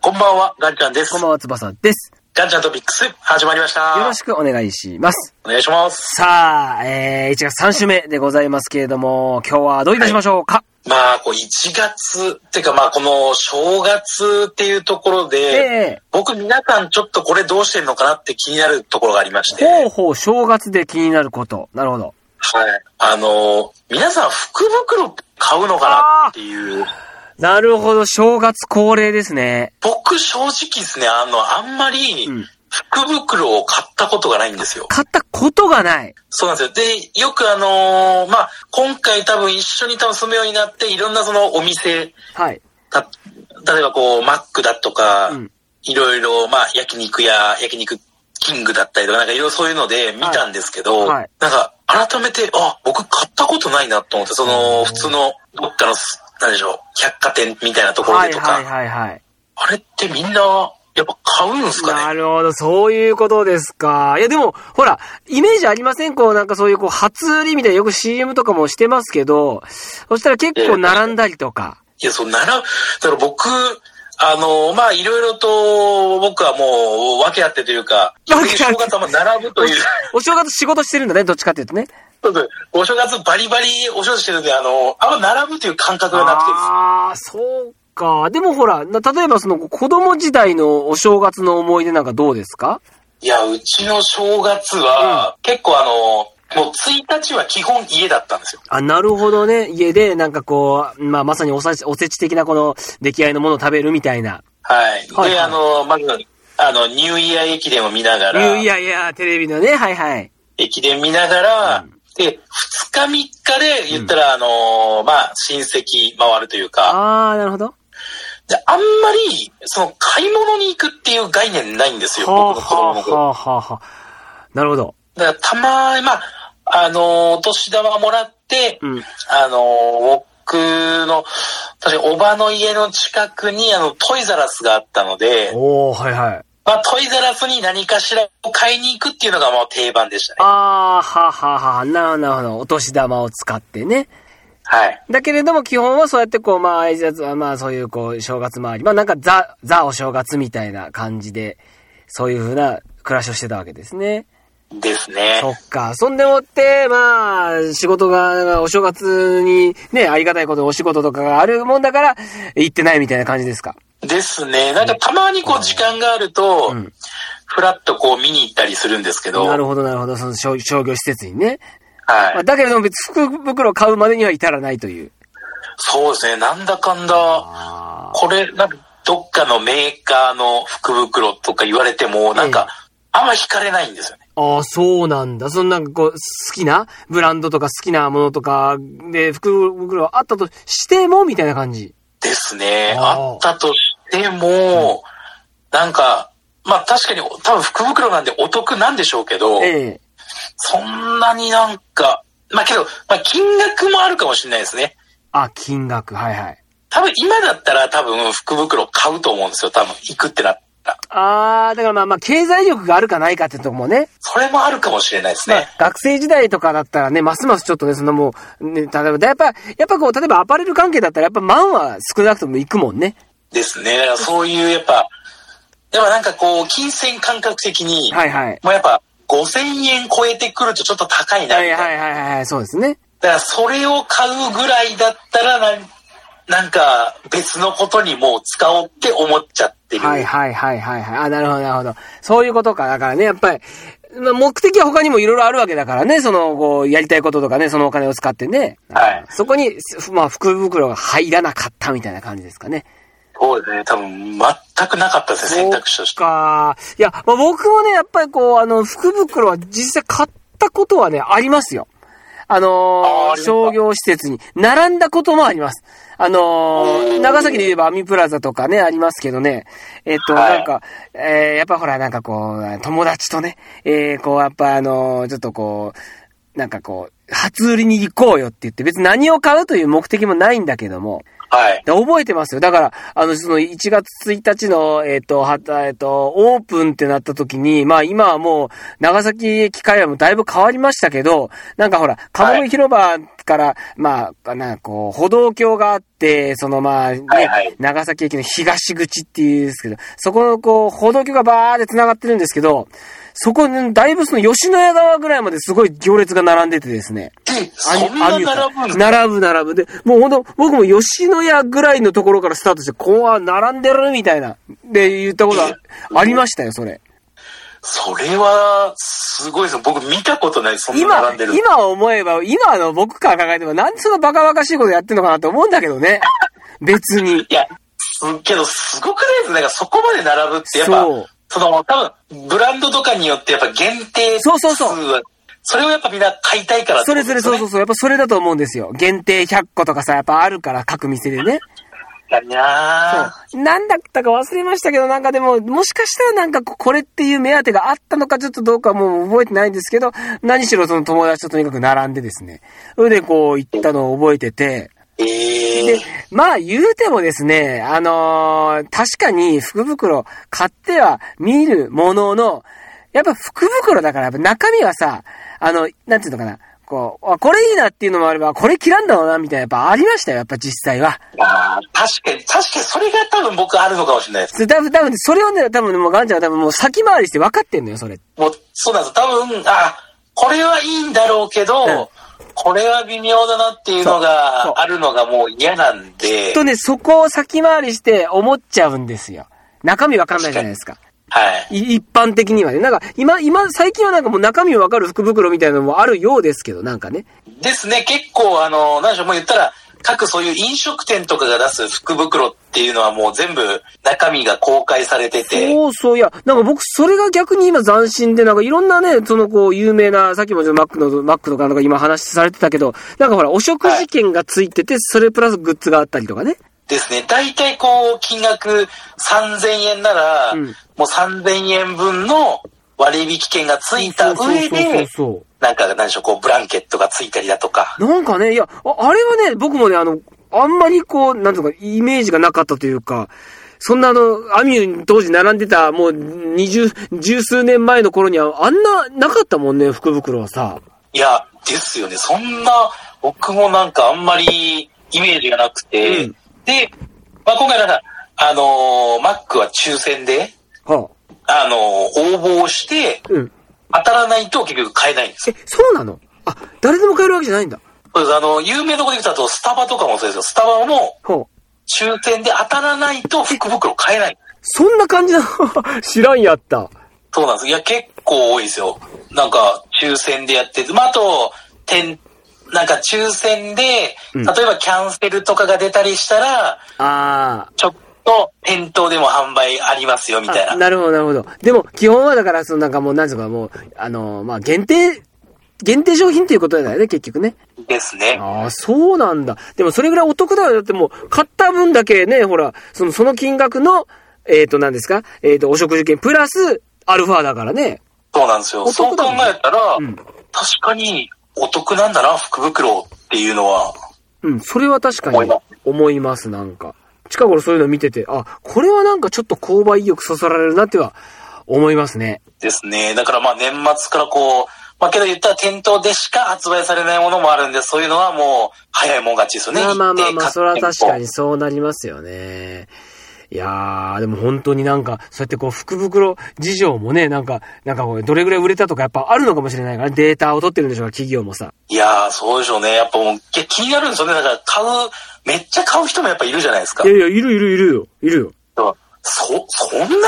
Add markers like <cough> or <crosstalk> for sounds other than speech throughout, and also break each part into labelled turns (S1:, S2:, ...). S1: こんばんは、ガンちゃんです
S2: こん。ばんは、つばさです。
S1: ガンちゃんトピックス、始まりました。
S2: よろしくお願いします。
S1: お願いします。
S2: さあ、えー、1月3週目でございますけれども、今日はどういたしましょうか、
S1: まあ、こう、1月、っていうかまあ、この正月っていうところで、
S2: え
S1: 僕皆さんちょっとこれどうしてんのかなって気になるところがありまし
S2: え
S1: て、
S2: ほうほう、正月で気になること。なるほど。
S1: はい。あの、皆さん福袋買うのかなっていう、
S2: なるほど、正月恒例ですね。
S1: 僕正直ですね、あの、あんまり
S2: うん、
S1: 福袋を買ったことがないんですよ。
S2: 買ったことがない。
S1: そうなんですよ。で、よくあのーまあ、今回多分一緒に多分住むようになって、いろんなそのお店、
S2: はい。
S1: た、例えばこう、マックだとか、
S2: うん
S1: いろいろ、まあ、焼肉や、焼肉キングだったりとか、なんかいろいろそういうので見たんですけど、
S2: はいはい
S1: なんか、改めて、あ、僕買ったことないなと思って、その、普通の、どっかのす、なんでしょう、百貨店みたいなところ
S2: は
S1: で
S2: い
S1: とか、
S2: はいはいはい。
S1: あれってみんな、やっぱ買うんすか
S2: な
S1: ね
S2: るほど、そういうことですか。いやでも、ほら、イメージありませんこう、なんかそういうこう、初売りみたいなよく CM とかもしてますけど、そしたら結構並んだりとか。
S1: いや、そう、なら、だから僕、あの、まあ、いろいろと、僕はもう、訳あってというか、
S2: 訳あって
S1: 正月はまあ並ぶという。
S2: お正月仕事してるんだね、どっちかっていうとね。
S1: そうです。お正月バリバリお正月してるんで、あの、あんま並ぶという感覚がなくてです。
S2: ああ、そうか。でもほら、な例えばその子供時代のお正月の思い出なんかどうですか
S1: いや、うちの正月は、結構あの、もう1日は基本家だったんですよ。
S2: あ、なるほどね。家でなんかこう、まあまさにおさおせち的なこの出来合いのものを食べるみたいな。
S1: はい。で、
S2: はいはい
S1: あの、まず、あの、ニューイヤー駅伝を見なが
S2: い
S1: ら、
S2: やいやいや、テレビのね、はいはい。
S1: 駅伝見ながら、で、2日3日で言ったら、あの、まあ、親戚回るというか、
S2: ああ、なるほど。
S1: で、あんまり、その、買い物に行くっていう概念ないんですよ、
S2: はあ
S1: 僕の子供
S2: は
S1: の
S2: あ
S1: 頃。
S2: はあはあはあなるほど。
S1: だからたまに、まあ、あのーお年玉もらって、
S2: うん。
S1: あのー僕の、確かおばの家の近くに、あの、トイザラスがあったので、
S2: おおはいはい。
S1: まあ、トイザラスに何かしらを買いに行くっていうのがもう定番でしたね。
S2: ああ、はあはあはあなるほどなるほど。お年玉を使ってね。
S1: はい。
S2: だけれども、基本はそうやってこう、まあ、挨拶はまあ、そういうこう、正月回り。まあ、なんかザ、ザお正月みたいな感じで、そういうふうな暮らしをしてたわけですね。
S1: ですね。
S2: そっか。そんでもって、まあ、仕事が、お正月にね、ありがたいこと、お仕事とかがあるもんだから、行ってないみたいな感じですか。
S1: ですね。なんかたまにこう時間があると、
S2: ん
S1: ふらっとこう見に行ったりするんですけど、
S2: なるほど、なるほど。その商商業施設にね。ま
S1: は
S2: あ
S1: い。
S2: だけれども、別に福袋を買うまでには至らないという。
S1: そうですね。なんだかんだ、
S2: あ
S1: これ、なんか、どっかのメーカーの福袋とか言われても、なんか、あんま惹かれないんですよね。
S2: あー、そうなんだ。そのなんかこう、好きなブランドとか好きなものとかで、福袋があったとしても、みたいな感じ。
S1: ですね。
S2: あー
S1: あったとしても、なんか、まあ確かに多分福袋なんでお得なんでしょうけど、
S2: ええ
S1: そんなになんか、まあけど、まあ金額もあるかもしれないですね。
S2: あ、金額、はいはい。
S1: 多分今だったら多分福袋買うと思うんですよ。多分行くってなったら。
S2: ああ、だからまあまあ、経済力があるかないかってとこもね。
S1: それもあるかもしれないです
S2: ま
S1: ね
S2: あ。、学生時代とかだったらね、ますますちょっとね、そのもう、ね、例えば、やっぱ、やっぱこう、例えばアパレル関係だったら、やっぱ万は少なくとも行くもんね。
S1: ですね。だからそういうやっぱ、でもなんかこう、金銭感覚的に、
S2: はいはい。
S1: もうやっぱ5000円超えてくるとちょっと高いな
S2: は
S1: みたい
S2: い
S1: な。
S2: はいはいはいはい、そうですね。
S1: だからそれを買うぐらいだったらなん、なんか別のことにもう使おうって思っちゃってる。
S2: はいはいはいはいはい。あ、なるほどなるほど。そういうことか。だからね、やっぱり、まあ目的は他にもいろいろあるわけだからね、その、こう、やりたいこととかね、そのお金を使ってね。
S1: はい
S2: そこに、ふまあ、福袋が入らなかったみたいな感じですかね。
S1: そうですね。多分全くなかったですね、選択肢として。
S2: か。いや、まあ、僕もね、やっぱりこう、あの、福袋は実際買ったことはね、ありますよ。あの
S1: あーあ
S2: ー
S1: りますか
S2: 商業施設に並んだこともあります。あのー長崎で言えばアミプラザとかね、ありますけどね。えっ、と、
S1: はい
S2: なんか、えーやっぱほら、なんかこう、友達とね、えーこう、やっぱあのーちょっとこう、なんかこう、初売りに行こうよって言って、別に何を買うという目的もないんだけども、
S1: はい。
S2: で覚えてますよ。だから、あの、その1月1日の、えっ、と、はた、えっ、と、オープンってなった時に、まあ今はもう、長崎駅界隈もだいぶ変わりましたけど、なんかほら、鴨居広場から、まあ、なんかこう、歩道橋があって、そのまあ、ね、
S1: はいはい、
S2: 長崎駅の東口っていうんですけど、そこのこう、歩道橋がバーって繋がってるんですけど、そこ、ね、だいぶその吉野家側ぐらいまですごい行列が並んでてですね。
S1: そんな並ぶん
S2: 並ぶ並ぶ。で、もうほんと、僕も吉野家ぐらいのところからスタートして、こうは並んでるみたいな、で言ったことはありましたよ、それ。
S1: それは、すごいです僕見たことない、そん
S2: な並んでる。今、今思えば、今の僕から考えても、なんでそんなバカバカしいことやってんのかなと思うんだけ
S1: <laughs>
S2: どね。別に。
S1: いや、けど、すごくないですなんかそこまで並ぶって、やっぱ、そその、多分、ブランドとかによって、やっぱ限定
S2: 数は、そうそうそう。
S1: それをやっぱみんな買いたいから、ね、
S2: それそれそうそうそう。やっぱそれだと思うんですよ。限定100個とかさ、やっぱあるから、各店でね。
S1: だにゃ
S2: ー。なんだったか忘れましたけど、なんかでも、もしかしたらなんかこれっていう目当てがあったのかちょっとどうかもう覚えてないんですけど、何しろその友達ととにかく並んでですね。それでこう行ったのを覚えてて、
S1: えー、で、
S2: まあ言うてもですね、あのー、確かに福袋買っては見るものの、やっぱ福袋だから中身はさ、あの、なんていうのかな、こう、これいいなっていうのもあれば、これ嫌んだろうな、みたいな、やっぱありましたよ、やっぱ実際は。
S1: ああ、確かに、確かに、それが多分僕あるのかもしれないです。
S2: 多分、多分、それをね、多分もうガンちゃんは多分もう先回りして分かってんのよ、それ。
S1: もう、そうなんです。多分、あ、これはいいんだろうけど、うんこれは微妙だなっていうのがあるのがもう嫌なんで。
S2: きっとね、そこを先回りして思っちゃうんですよ。中身わかんないじゃないですか。。
S1: はい
S2: 一般的にはね。なんか、今、今、最近はなんかもう中身わかる福袋みたいなのもあるようですけど、なんかね。
S1: ですね、結構あの、何でしょう、もう言ったら、各そういう飲食店とかが出す福袋っていうのはもう全部中身が公開されてて。
S2: そうそう、いや、なんか僕それが逆に今斬新で、なんかいろんなね、そのこう有名な、さっきもマックの、マックとかなんか今話されてたけど、なんかほら、お食事券がついてて、それプラスグッズがあったりとかね。
S1: ですね。大体こう、金額3000円なら、うん、もう3000円分の割引券がついた上で、なんか、何でしょう、こう、ブランケットがついたりだとか。
S2: なんかね、いや、ああれはね、僕もね、あの、あんまりこう、なんとか、イメージがなかったというか、そんなあの、アミュー当時並んでた、もう、二十、十数年前の頃には、あんな、なかったもんね、福袋はさ。
S1: いや、ですよね。そんな、僕もなんかあんまり、イメージがなくて、うん、で、まあ、今回なんか、あのー、マックは抽選で、
S2: はあ
S1: あの、応募して、うん、当たらないと結局買えないんです
S2: え、そうなのあ、誰でも買えるわけじゃないんだ。
S1: そうです。あの、有名なことで言うと、スタバとかもそうですよ。スタバも、抽選で当たらないと福袋買えない。
S2: そんな感じなの <laughs> 知らんやった。
S1: そうなんです。いや、結構多いですよ。なんか、抽選でやってて、まあ、あと、点、なんか抽選で、うん、例えばキャンセルとかが出たりしたら、
S2: ああ。
S1: ちょと、店頭でも販売ありますよ、みたいな。
S2: なるほど、なるほど。でも、基本はだから、そのなんかもう、なんつうかもう、あのー、まあ、限定、限定商品っていうことだよね、結局ね。
S1: ですね。
S2: ああ、そうなんだ。でも、それぐらいお得だよ。だってもう、買った分だけね、ほら、その、その金額の、えっ、ー、と、何ですかえっ、ー、と、お食事券プラス、アルファだからね。
S1: そうなんですよ。ね、そう考えたら、うん、確かに、お得なんだな、福袋っていうのは。
S2: うん、それは確かに、思います、なんか。近頃そういうの見てて、あ、これはなんかちょっと購買意欲そそられるなっては思いますね。
S1: ですね。だからまあ年末からこう、まあけど言ったら店頭でしか発売されないものもあるんで、そういうのはもう早いもん勝ちですよね。
S2: まあまあまあまあ、それは確かにそうなりますよね。いやー、でも本当になんか、そうやってこう、福袋事情もね、なんか、なんかこれ、どれぐらい売れたとかやっぱあるのかもしれないから、データを取ってるんでしょう企業もさ。
S1: いやー、そうでしょうね。やっぱもう、気になるんですよね。だから、買う、めっちゃ買う人もやっぱいるじゃないですか。
S2: いやいや、いるいるいるよ。いるよ。
S1: そ、そんなにい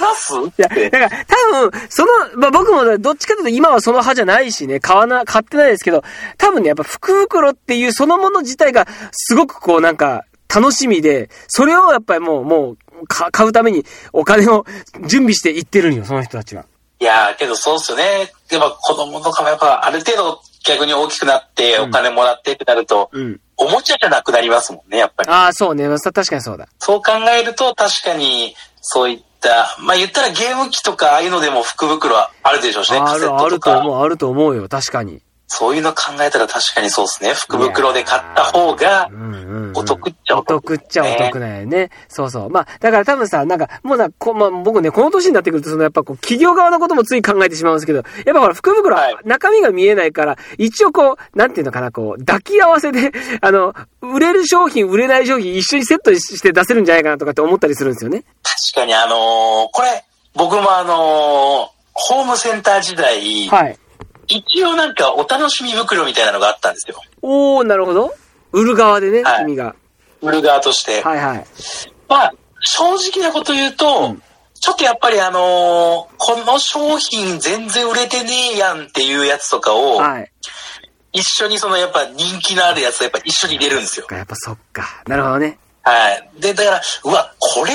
S1: ます
S2: <laughs> いや、だから、多分、その、まあ、僕もどっちかというと今はその派じゃないしね、買わな、買ってないですけど、多分ね、やっぱ福袋っていうそのもの自体が、すごくこう、なんか、楽しみで、それをやっぱりもう、もう、買うためにお金を準備していってるんよ、その人たちは。
S1: いやー、けどそうっすよね。やっぱ子供とかもやっぱある程度逆に大きくなってお金もらってってなると、うん、おもちゃじゃなくなりますもんね、やっぱり。
S2: ああ、そうね。確かにそうだ。
S1: そう考えると確かにそういった、まあ言ったらゲーム機とかああいうのでも福袋はあるでしょうしね。
S2: ある、あると思う、あると思うよ、確かに。
S1: そういうの考えたら確かにそうですね。福袋で買った方が、お得っちゃお
S2: 得、ね。お得っちゃお得なんよね。そうそう。まあ、だから多分さ、なんか、もうな、こまあ、僕ね、この年になってくると、そのやっぱこう、企業側のこともつい考えてしまうんですけど、やっぱほら、福袋、は中身が見えないから、はい、一応こう、なんていうのかな、こう、抱き合わせで、 <laughs> あの、売れる商品、売れない商品、一緒にセットして出せるんじゃないかなとかって思ったりするんですよね。
S1: 確かに、あのー、これ、僕もあのー、ホームセンター時代、
S2: はい。
S1: 一応なんかお楽しみ袋みたいなのがあったんですよ。
S2: おおなるほど。売る側でね、はい、君が。
S1: 売る側として。
S2: はいはい。
S1: まあ、正直なこと言うと、うん、ちょっとやっぱりあのー、この商品全然売れてねえやんっていうやつとかを、
S2: はい、
S1: 一緒にそのやっぱ人気のあるやつやっぱ一緒に入れるんですよ。
S2: やっぱそっか。なるほどね。
S1: はい。で、だから、うわ、これ、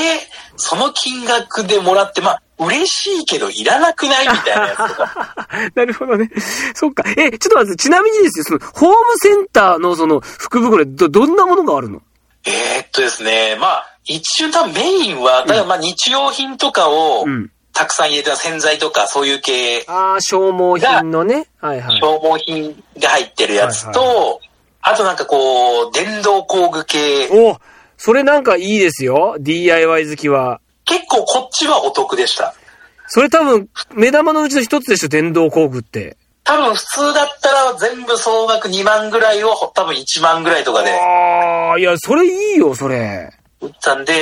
S1: その金額でもらって、まあ、嬉しいけどいらなくないみたいな <laughs> やつとか。
S2: <laughs> なるほどね。そっか。え、ちょっと待って、ちなみにですよ、その、ホームセンターのその、福袋ど、どんなものがあるの
S1: えー、っとですね、まあ、一応多分メインは、だからまあ日用品とかを、たくさん入れた洗剤とかそういう系、
S2: うん、ああ、消耗品のね。はいはい。
S1: 消耗品が入ってるやつと、はいはい、あとなんかこう、電動工具系。
S2: おそれなんかいいですよ。DIY 好きは。
S1: 結構こっちはお得でした。
S2: それ多分、目玉のうちの一つでしょ、電動工具って。
S1: 多分普通だったら全部総額2万ぐらいを多分1万ぐらいとかで。
S2: ああ、いや、それいいよ、それ。
S1: 打ったんで、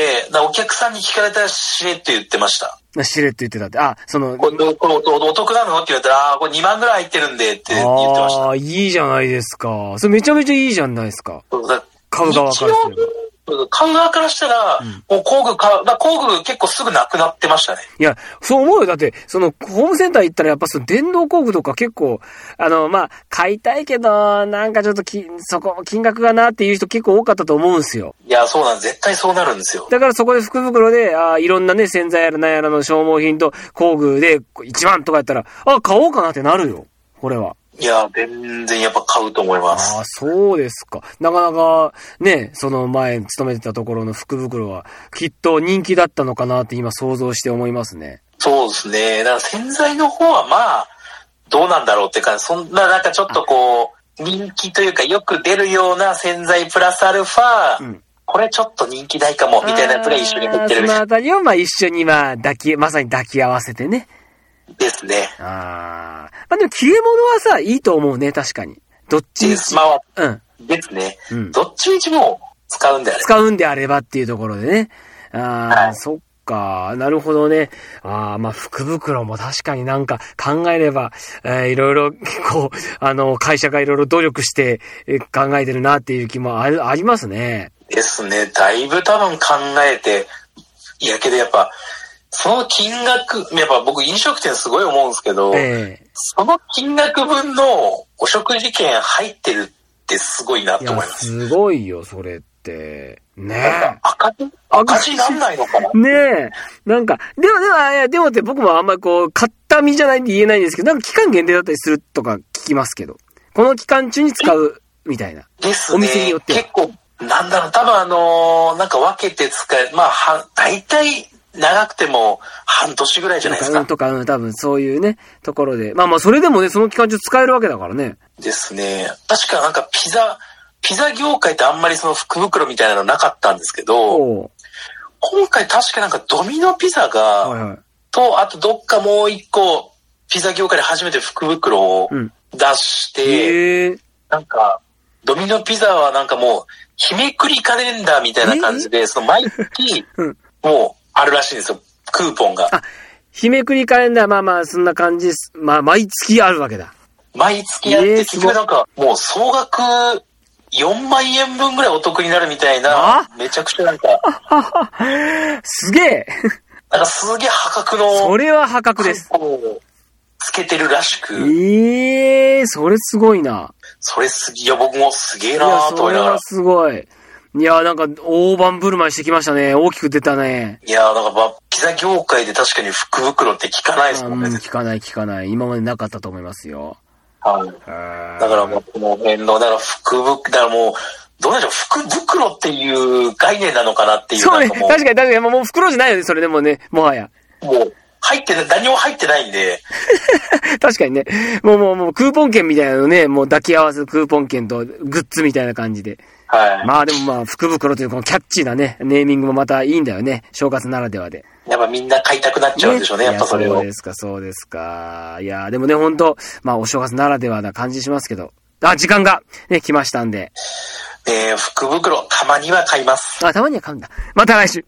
S1: お客さんに聞かれたらしれって言ってました。
S2: しれって言ってたって。あ、その。
S1: これ、これお得なのって言われたら、あこれ2万ぐらい入ってるんでって言ってました。ああ、
S2: いいじゃないですか。それめちゃめちゃいいじゃないですか。
S1: そうだ
S2: 買う側からすれば。
S1: 買う側からしたら、もう工具か、だ工具結構すぐなくなってましたね。
S2: いや、そう思うよ。だって、その、ホームセンター行ったらやっぱその電動工具とか結構、あの、まあ、買いたいけど、なんかちょっとき、そこ、金額がなっていう人結構多かったと思うんですよ。
S1: いや、そうなん、絶対そうなるんですよ。
S2: だからそこで福袋で、あいろんなね、洗剤やらなんやらの消耗品と工具で1万とかやったら、あ、買おうかなってなるよ。これは。
S1: いや、全然やっぱ買うと思います。
S2: ああ、そうですか。なかなか、ね、その前勤めてたところの福袋は、きっと人気だったのかなって今想像して思いますね。
S1: そうですね。だから洗剤の方はまあ、どうなんだろうって感じ。そんな、なんかちょっとこう、人気というかよく出るような洗剤プラスアルファ、うんこれちょっと人気ないかも、みたいなやつが一緒に入ってる。
S2: そのあたりを、まあ一緒に、まあ抱き、まさに抱き合わせてね。
S1: ですね。
S2: ああ。まあでも消え物はさ、いいと思うね、確かに。どっち
S1: に
S2: ち。
S1: ま
S2: あ、
S1: うん。ですね。うん、どっちにちも使うんであれば。
S2: 使うんであればっていうところでね。ああ、はい、そっか。なるほどね。ああ、まあ福袋も確かになんか考えれば、えー、いろい <laughs> ろ、こう、あの、会社がいろいろ努力して考えてるなっていう気もあありますね。
S1: ですね。だいぶ多分考えて、いやけどやっぱ、その金額、やっぱ僕飲食店すごい思うんですけど、
S2: えー、
S1: その金額分のお食事券入ってるってすごいなと思います。
S2: すごいよ、それって。ねえ。
S1: 赤字赤字なんないのかな
S2: ねえ。なんか、でもでも、いや、でもって僕もあんまりこう、買った身じゃないんで言えないんですけど、なんか期間限定だったりするとか聞きますけど、この期間中に使うみたいな。
S1: ですね。
S2: お店によって
S1: 結構、なんだろう、多分あのー、なんか分けて使え、まあ、は、大体、長くても半年ぐらいじゃないですか。
S2: とか、うん、多分そういうね、ところで。まあまあ、それでもね、その期間中使えるわけだからね。
S1: ですね。確かなんかピザ、ピザ業界ってあんまりその福袋みたいなのなかったんですけど、今回確かなんかドミノピザが、はいはい、と、あとどっかもう一個、ピザ業界で初めて福袋を出して、
S2: うん、
S1: なんか、ドミノピザはなんかもう、日めくりカレンダーみたいな感じで、その毎月、 <laughs> もう、あるらしいんですよ、クーポンが。
S2: あ、日めくりカレンダー、まあまあ、そんな感じです。まあ、毎月あるわけだ。
S1: 毎月やって、えー、結局なんか、もう総額4万円分ぐらいお得になるみたいな、めちゃくちゃ <laughs> なんか。
S2: すげえ
S1: なんかすげえ破格の。
S2: それは破格です。
S1: つけてるらしく。
S2: ええー、それすごいな。
S1: それすぎ、いや僕もすげえなーと思いながら。
S2: すごい。いやなんか大盤振る舞いしてきましたね。大きく出たね。
S1: いやなんか、ま、ピザ業界で確かに福袋って聞かないですもんね。うん、
S2: 聞かない聞かない。今までなかったと思いますよ。
S1: はい。だからもう、この辺の、だから福袋、だからもう、どうでしょう福袋っていう概念なのかなっていう。
S2: そうね。確かに確かに。もう袋じゃないよね、それでもね、もはや。
S1: もう、入ってない、何も入ってないんで、
S2: 確かにね。もうもうもうクーポン券みたいなのね、もう抱き合わせクーポン券とグッズみたいな感じで。
S1: はい。
S2: まあでもまあ、福袋というこのキャッチーなね、ネーミングもまたいいんだよね。正月ならではで。
S1: やっぱみんな買いたくなっちゃうんでしょうね、
S2: ね
S1: やっぱそれ
S2: いや
S1: を
S2: そう。ですか、そうですか。いやーでもね、ほんと、まあお正月ならではな感じしますけど。あ、時間が、ね、来ましたんで。
S1: えー、福袋、たまには買います。
S2: あ、たまには買うんだ。また来週。